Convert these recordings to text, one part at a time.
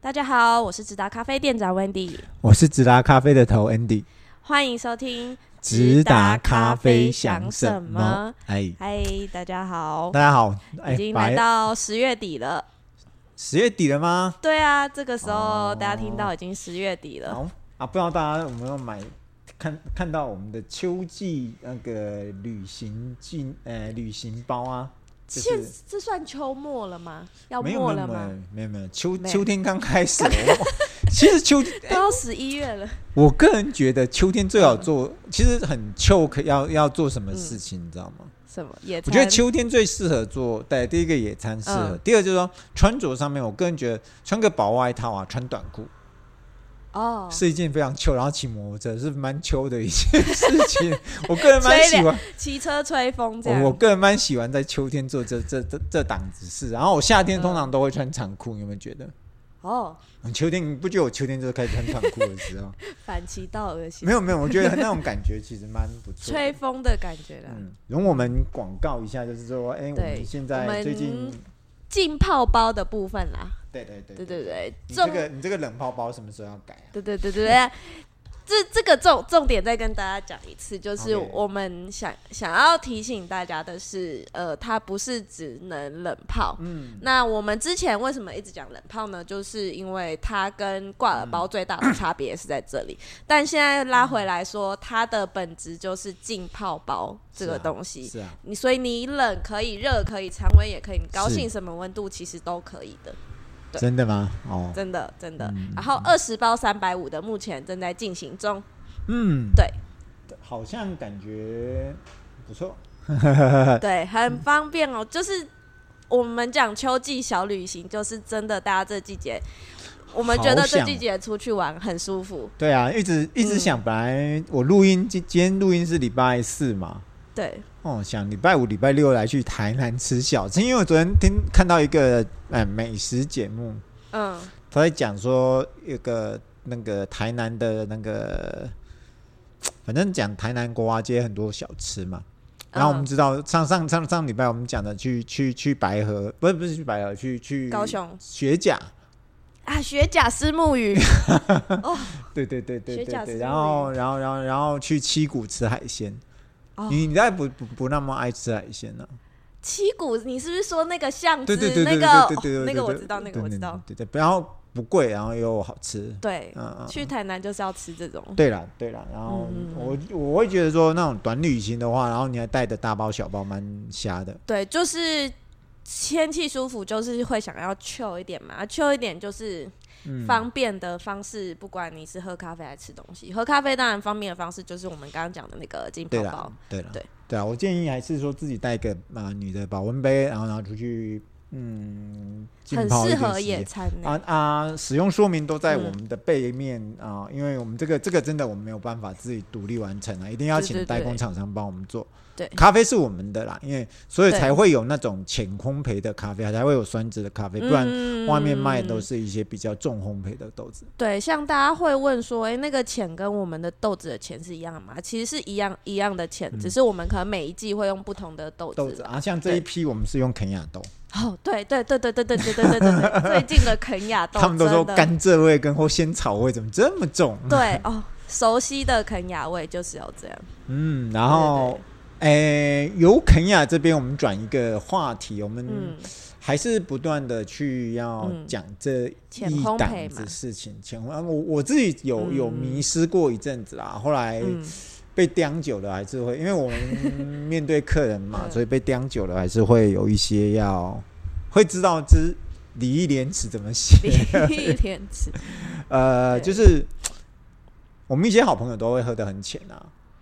大家好，我是直达咖啡店长 Wendy，我是直达咖啡的头 Andy，欢迎收听。直达咖啡想什么？？哎，嗨，大家好大，家好，哎已，经白来到十月底了。十月底了吗？对啊，这个时哦候大家听到已经十月底了。好啊，不知道大家有没有买看看到我们的秋季那个旅行进呃旅行包啊？就是现这算秋末了吗？要没有末没有了没有吗？没有没有秋没有秋天刚开始， 我其实秋都要十一月了。我个人觉得秋天最好做，嗯其实很秋可要要做什么事情，你知道吗？什么野我餐？觉得秋天最适合做，对，第一个野餐适合，嗯第二就是说穿着上面，我个人觉得穿个薄外套啊，穿短裤哦，是一件非常秋，然后骑摩托车是蛮秋的一件事情。我个人蛮喜欢，骑车吹风这哦我我样。个人蛮喜欢在秋天做这这这这档子事。然后我夏天通常都会穿长裤，你有没有觉得？哦，秋天你不觉得我秋天就是开始穿长裤的时候？反其道而行没，有没有，我觉得那种感觉其实蛮不错的。吹风的感觉啦。嗯，容我们广告一下，就是说，哎、我对们现我们在最近，浸泡包的部分啦，对对对对对对，你这重个你这个冷泡包什么时候要改啊？对对对对对，这这个重重点再跟大家讲一次，就是 OK 我们想想要提醒大家的是，呃，它不是只能冷泡。嗯，那我们之前为什么一直讲冷泡呢？就是因为它跟挂耳嗯包最大的差别是在这里。但现在拉回来说，它的本质就是浸泡包这个是啊东西。是啊，你所以你冷可以，热可以，常温也可以，你高是兴什么温度其实都可以的。对真的吗？哦，真的真的。嗯然后二十包三百五的目前正在进行中，嗯，对，好像感觉不错。哎对，很方便哦。就是我们讲秋季小旅行，就是真的，大家这季节，我们觉得好这想季节出去玩很舒服。对啊，一直一嗯直想，本来我录音今今天录音是礼拜四嘛，对，哦，想礼拜五、礼拜六来去台南吃小吃，因为我昨天听看到一个呃美食节目，嗯，他在讲说有个那个台南的那个，反正讲台南国华街很多小吃嘛。然后嗯我们知道上上上上礼拜我们讲的去去去白河，不是不是去白河，去去高雄学甲，啊，雪甲丝木鱼，哦对对对对学甲对对。是然哪里后然后然后然后去七股吃海鲜，哦，嗯你你再不不不那么爱吃海鲜了、七股，你是不是说那个巷子对对对那对对个对对哦对，那个我对知道，那个对我对知道，对对，然后不贵，然后又好吃，对，嗯嗯。去台南就是要吃这种，对啦，对啦，然后嗯嗯我我会觉得说那种短旅行的话，然后你还带着大包小包，蛮瞎的。对，就是天气舒服，就是会想要 chill 一点嘛，chill 啊一点就是嗯方便的方式，不管你是喝咖啡还是吃东西。喝咖啡当然方便的方式就是我们刚刚讲的那个金泡对啦包，，对啦，对对啊，我建议还是说自己带个啊、呃你的保温杯，然后拿出去，嗯，浸很泡一适段合时野间。餐呢、啊啊！使用说明都在嗯我们的背面啊、因为我们这个这个真的我们没有办法自己独立完成啊，一定要对对请代工对厂商帮我们做。对咖啡是我们的啦，因为所以对才会有那种浅烘焙的咖啡，才会有酸质的咖啡，不然嗯外面卖都是一些比较重烘焙的豆子。对，像大家会问说，哎、那个钱跟我们的豆子的钱是一样的吗？其实是一样一样的钱，只是我们可能每一季会用不同的豆嗯豆子啊，啊像这一批我们是用肯亚豆，哦，对对对对对对对对对对，对最近的肯亚豆， 他们都说哦真的甘蔗味跟或仙草味怎么这么重？对哦，熟悉的肯雅味就是要这样。嗯，然后诶，由肯亚这边我们转一个话题，我们嗯，还是不断的去要嗯讲这浅一烘档焙嘛子事情。前啊我我自己有有嗯迷失过一阵子啦，后来嗯被刁久了还是会，因为我们面对客人嘛， 嗯所以被刁久了还是会有一些要会知道之礼义廉耻怎么 写。比天池，呃，对就是我们一些好朋友都会喝得很浅啊，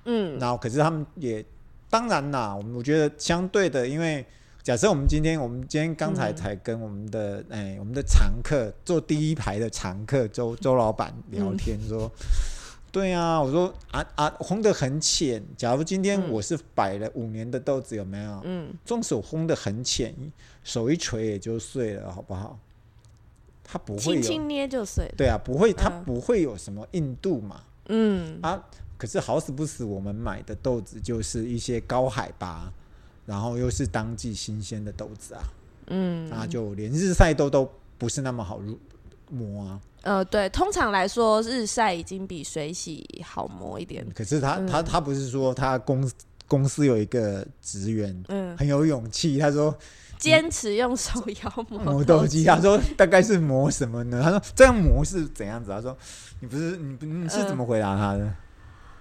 嗯，然后可是他们也当然啦，我们我觉得相对的，因为假设我们今天我们今天刚才嗯才跟我们的哎、我们的常客坐第一排的常客周周老板聊嗯天说。对啊，我说啊啊，烘的很浅。假如今天嗯我是摆了五年的豆子，有没有？嗯，纵使我烘的很浅，手一捶也就碎了，好不好？它不会轻有轻捏就碎了。对啊，不会，它嗯不会有什么硬度嘛、嗯，啊。可是好死不死，我们买的豆子就是一些高海拔，然后又是当季新鲜的豆子啊，嗯那就连日晒豆都不是那么好入磨啊。呃，对，通常来说，日晒已经比水洗好磨一点。可是他、他他不是说他公公司有一个职员嗯，很有勇气，他说坚持用手摇磨磨豆豆 机，啊他说大概是磨什么呢？他说这样磨是怎样子？他说你不是你不你嗯是怎么回答他的？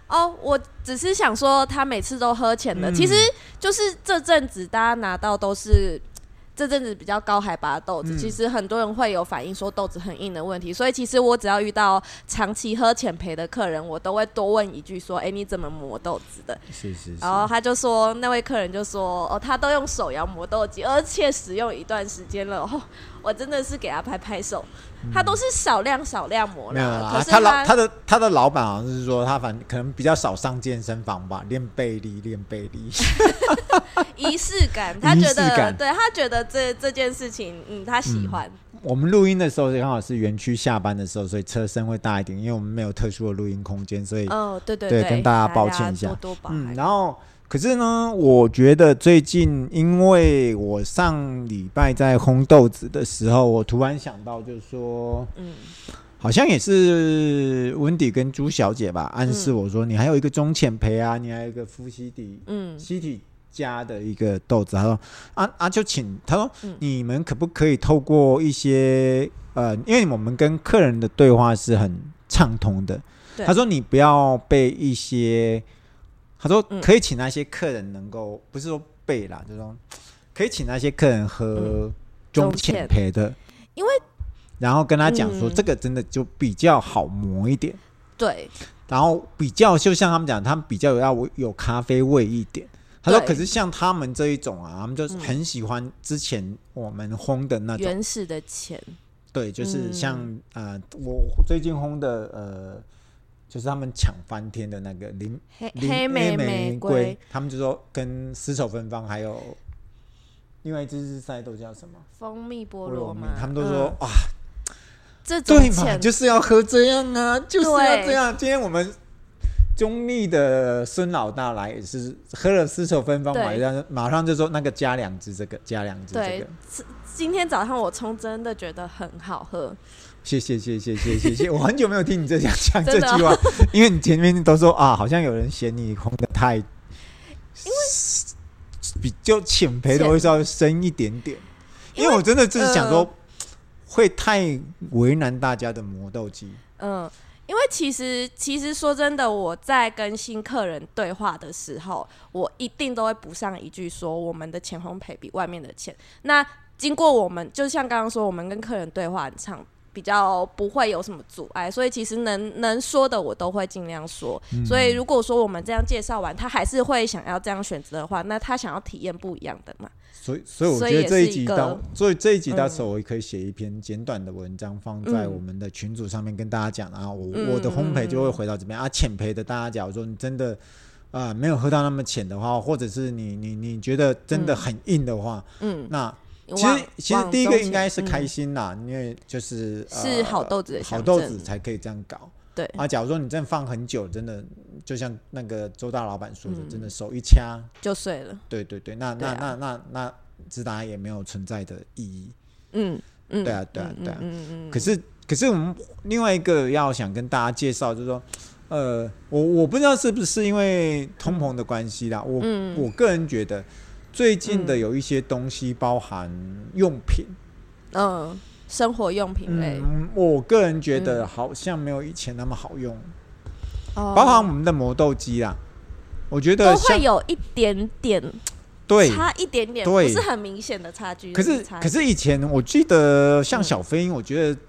哦，我只是想说，他每次都喝钱的，嗯其实就是这阵子大家拿到都是。这阵子比较高海拔的豆子，嗯其实很多人会有反映说豆子很硬的问题，所以其实我只要遇到长期喝浅焙的客人，我都会多问一句说：“哎，你怎么磨豆子的？”是是是然后他就说，那位客人就说，哦，他都用手摇磨豆机，而且使用一段时间了。哦，我真的是给他拍拍手，他都是少量少量磨嗯没有啦。可啦，是他老他的他的老板好像是说他反可能比较少上健身房吧，练背力练背 力。仪式感，他觉仪式得，感对他觉得这这件事情，嗯，他喜欢。我们录音的时候刚好是园区下班的时候，所以车声会大一点，因为我们没有特殊的录音空间，所以哦，对对嗯对对，跟大家抱歉一下大家多多包嗯，涵。然后可是呢，我觉得最近因为我上礼拜在烘豆子的时候，我突然想到，就是说，嗯，好像也是温迪跟朱小姐吧，暗示我说、你还有一个中浅培啊，你还有一个夫妻底嗯，西体家的一个豆子，他说啊啊，就请他说、嗯你们可不可以透过一些呃，因为我们跟客人的对话是很畅通的，对他说你不要被一些，他说嗯可以请那些客人能够、不是说背啦，就是说可以请那些客人喝中嗯中浅浅焙的，因为然后跟他讲说、嗯这个真的就比较好磨一点。对，然后比较就像他们讲，他们比较有要有咖啡味一点。他说，对可是像他们这一种啊，他们就是嗯很喜欢之前我们烘的那种，原始的钱，对，就是嗯像、呃，我最近烘的呃，就是他们抢翻天的那个林黑林黑莓莓玫玫瑰，他们就说跟丝绸芬芳还有另外一只日晒豆叫什么蜂蜜菠菠萝萝蜜嘛，，他们都说嗯哇，这种对嘛，钱就是要喝这样啊，就是要对这样。今天我们中立的孙老大来也是喝了丝绸芬芳嘛，对然后马上就说那个加两支这个，加两支这对个，，今今天早上我冲真的觉得很好喝，谢谢谢谢谢谢谢谢，我很久没有听你这样讲这真的哦句话， 因为你前面都说啊，好像有人嫌你烘的太，因为比较浅培的浅会稍微深一点点，因为我真的就是想说。呃会太为难大家的磨豆机，嗯。因为其实，其实说真的，我在跟新客人对话的时候，我一定都会补上一句说，我们的浅烘焙比外面的浅。那经过我们，就像刚刚说，我们跟客人对话很长，比较不会有什么阻碍，所以其实能能说的我都会尽量说。嗯所以如果说我们这样介绍完，他还是会想要这样选择的话，那他想要体验不一样的嘛？所以，所以我所以觉也得这一是一集个到，所以这一集到嗯时候我可以写一篇简短的文章放在嗯我们的群组上面跟大家讲，然后我、嗯我的烘焙就会回到这边啊，浅焙的大家讲，我说你真的啊、呃没有喝到那么浅的话，或者是你你你觉得真的很硬的话，嗯，那其往实其实往第一个中应该浅嗯是开心啦，因为就是、呃、是好豆子的好象豆征子才可以这样搞。对啊，假如说你真的放很久，真的就像那个周大老板说的，嗯真的手一掐，就睡了。对对对，那那、对啊那那那直达也没有存在的意义。嗯嗯，对啊对啊嗯对啊嗯嗯嗯，可是可是我们另外一个要想跟大家介绍，就是说，呃，我我不知道是不是因为通膨的关系啦，我、嗯我个人觉得最近的嗯有一些东西包含用品，嗯，生活用品类，嗯嗯，我个人觉得好像没有以前那么好用，哦包含我们的磨豆机啦，我觉得都像会有一点点对差一点点，对不是很明显的差距。可是差可是以前我记得像小飞鹰，我觉得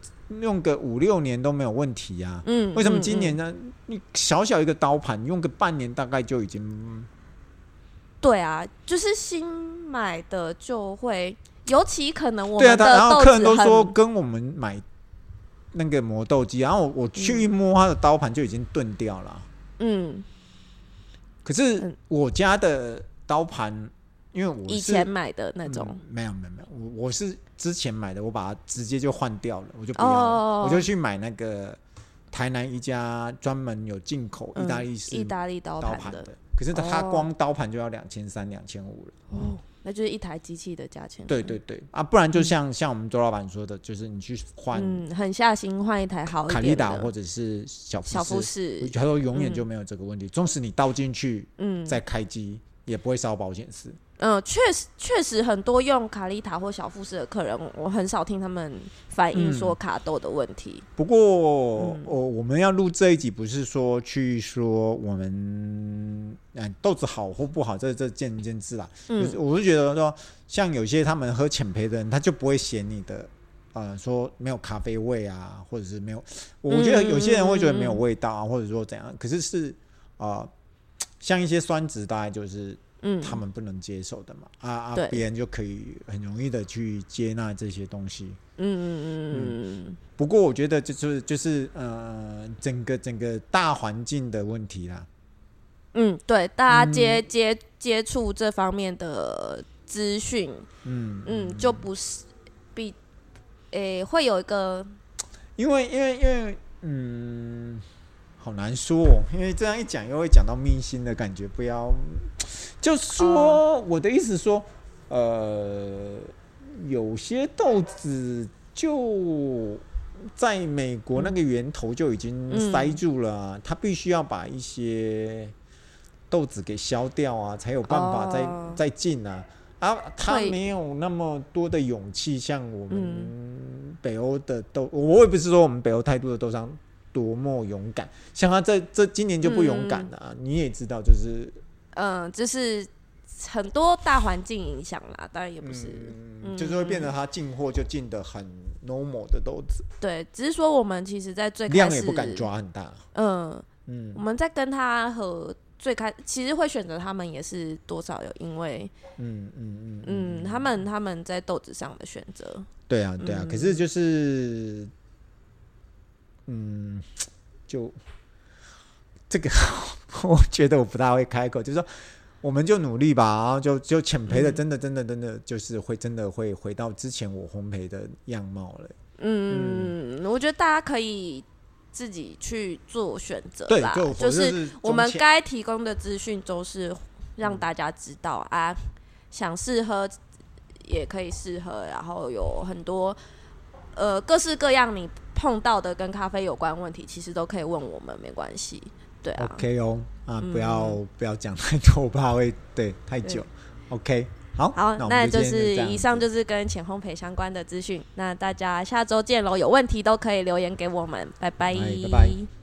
用个五六年都没有问题呀、嗯，为什么嗯今年？呢？你小小一个刀盘，用个半年大概就已经嗯对啊，就是新买的就会，尤其可能我对啊，们他的然后豆客人子都说很跟我们买那个磨豆机，然后我我去一摸它的刀盘就已经钝掉了啊。嗯，可是嗯我家的刀盘，因为我是以前买的那种嗯，没有没有没有，我我是之前买的，我把它直接就换掉了，我就不要了，哦我就去买那个台南一家专门有进口嗯意大利式意大利刀刀盘盘的的，可是它哦光刀盘就要两千三、两千五了。哦，那就是一台机器的价钱。对对对啊，不然就像像我们周老板说的，就是你去换嗯，狠下心换一台好一卡点利的达或者是小小富富士，士，他说永远就没有这个问题，纵使你倒进去嗯再开机，也不会烧保险丝。嗯，确实确实很多用卡丽塔或小富士的客人，我很少听他们反映嗯说卡豆的问题。不过，嗯哦，我们要录这一集，不是说去说我们嗯豆子好或不好，这这见仁见智啦。就嗯是我是觉得说，像有些他们喝浅焙的人，他就不会嫌你的，呃，说没有咖啡味啊，或者是没有，我觉得有些人会觉得没有味道啊，嗯或者说怎样，可是是啊、呃像一些酸值，大概就是嗯，他们不能接受的嘛，啊啊对，别人就可以很容易的去接纳这些东西。嗯嗯嗯嗯不过我觉得就是就是呃，整个整个大环境的问题啦，嗯，对，大家嗯接接接触这方面的资讯，嗯，嗯，就不是比诶、会有一个因为因为因为嗯，好难说、哦，因为这样一讲又会讲到密心的感觉，不要就说、我的意思说，呃，有些豆子就在美国那个源头就已经嗯塞住了啊、它必须要把一些豆子给削掉啊，才有办法再、哦再进啊。啊，他会没有那么多的勇气，像我们嗯北欧的豆，我也不是说我们北欧态度的豆商多么勇敢，像他这这今年就不勇敢了、啊你也知道，就是嗯，就是很多大环境影响啦，当然也不是。嗯，就是会变得他进货就进的很 normal 的豆子，对，只是说我们其实，在最开始量也不敢抓很大，嗯，嗯我们在跟他和最开，其实会选择他们也是多少有因为，嗯嗯嗯嗯，他们他们在豆子上的选择，对啊嗯对啊，可是就是，嗯，就这个 我觉得我不大会开口，就是说。我们就努力吧，然后就就浅培嗯的，真的真的真的就是会真的会回到之前我烘焙的样貌了。嗯，我觉得大家可以自己去做选择对啦，，就就就是我中们间该提供的资讯都是让大家知道嗯啊，想试喝也可以试喝，然后有很多呃各式各样你碰到的跟咖啡有关问题，其实都可以问我们，没关系，对啊。嗯 OK 哦，啊，不要、不要讲太多，我怕会对太久。OK，好，好，那我那们就今天是这样以上子就是跟浅烘焙相关的资讯。那大家下周见喽，有问题都可以留言给我们，拜拜，哎拜拜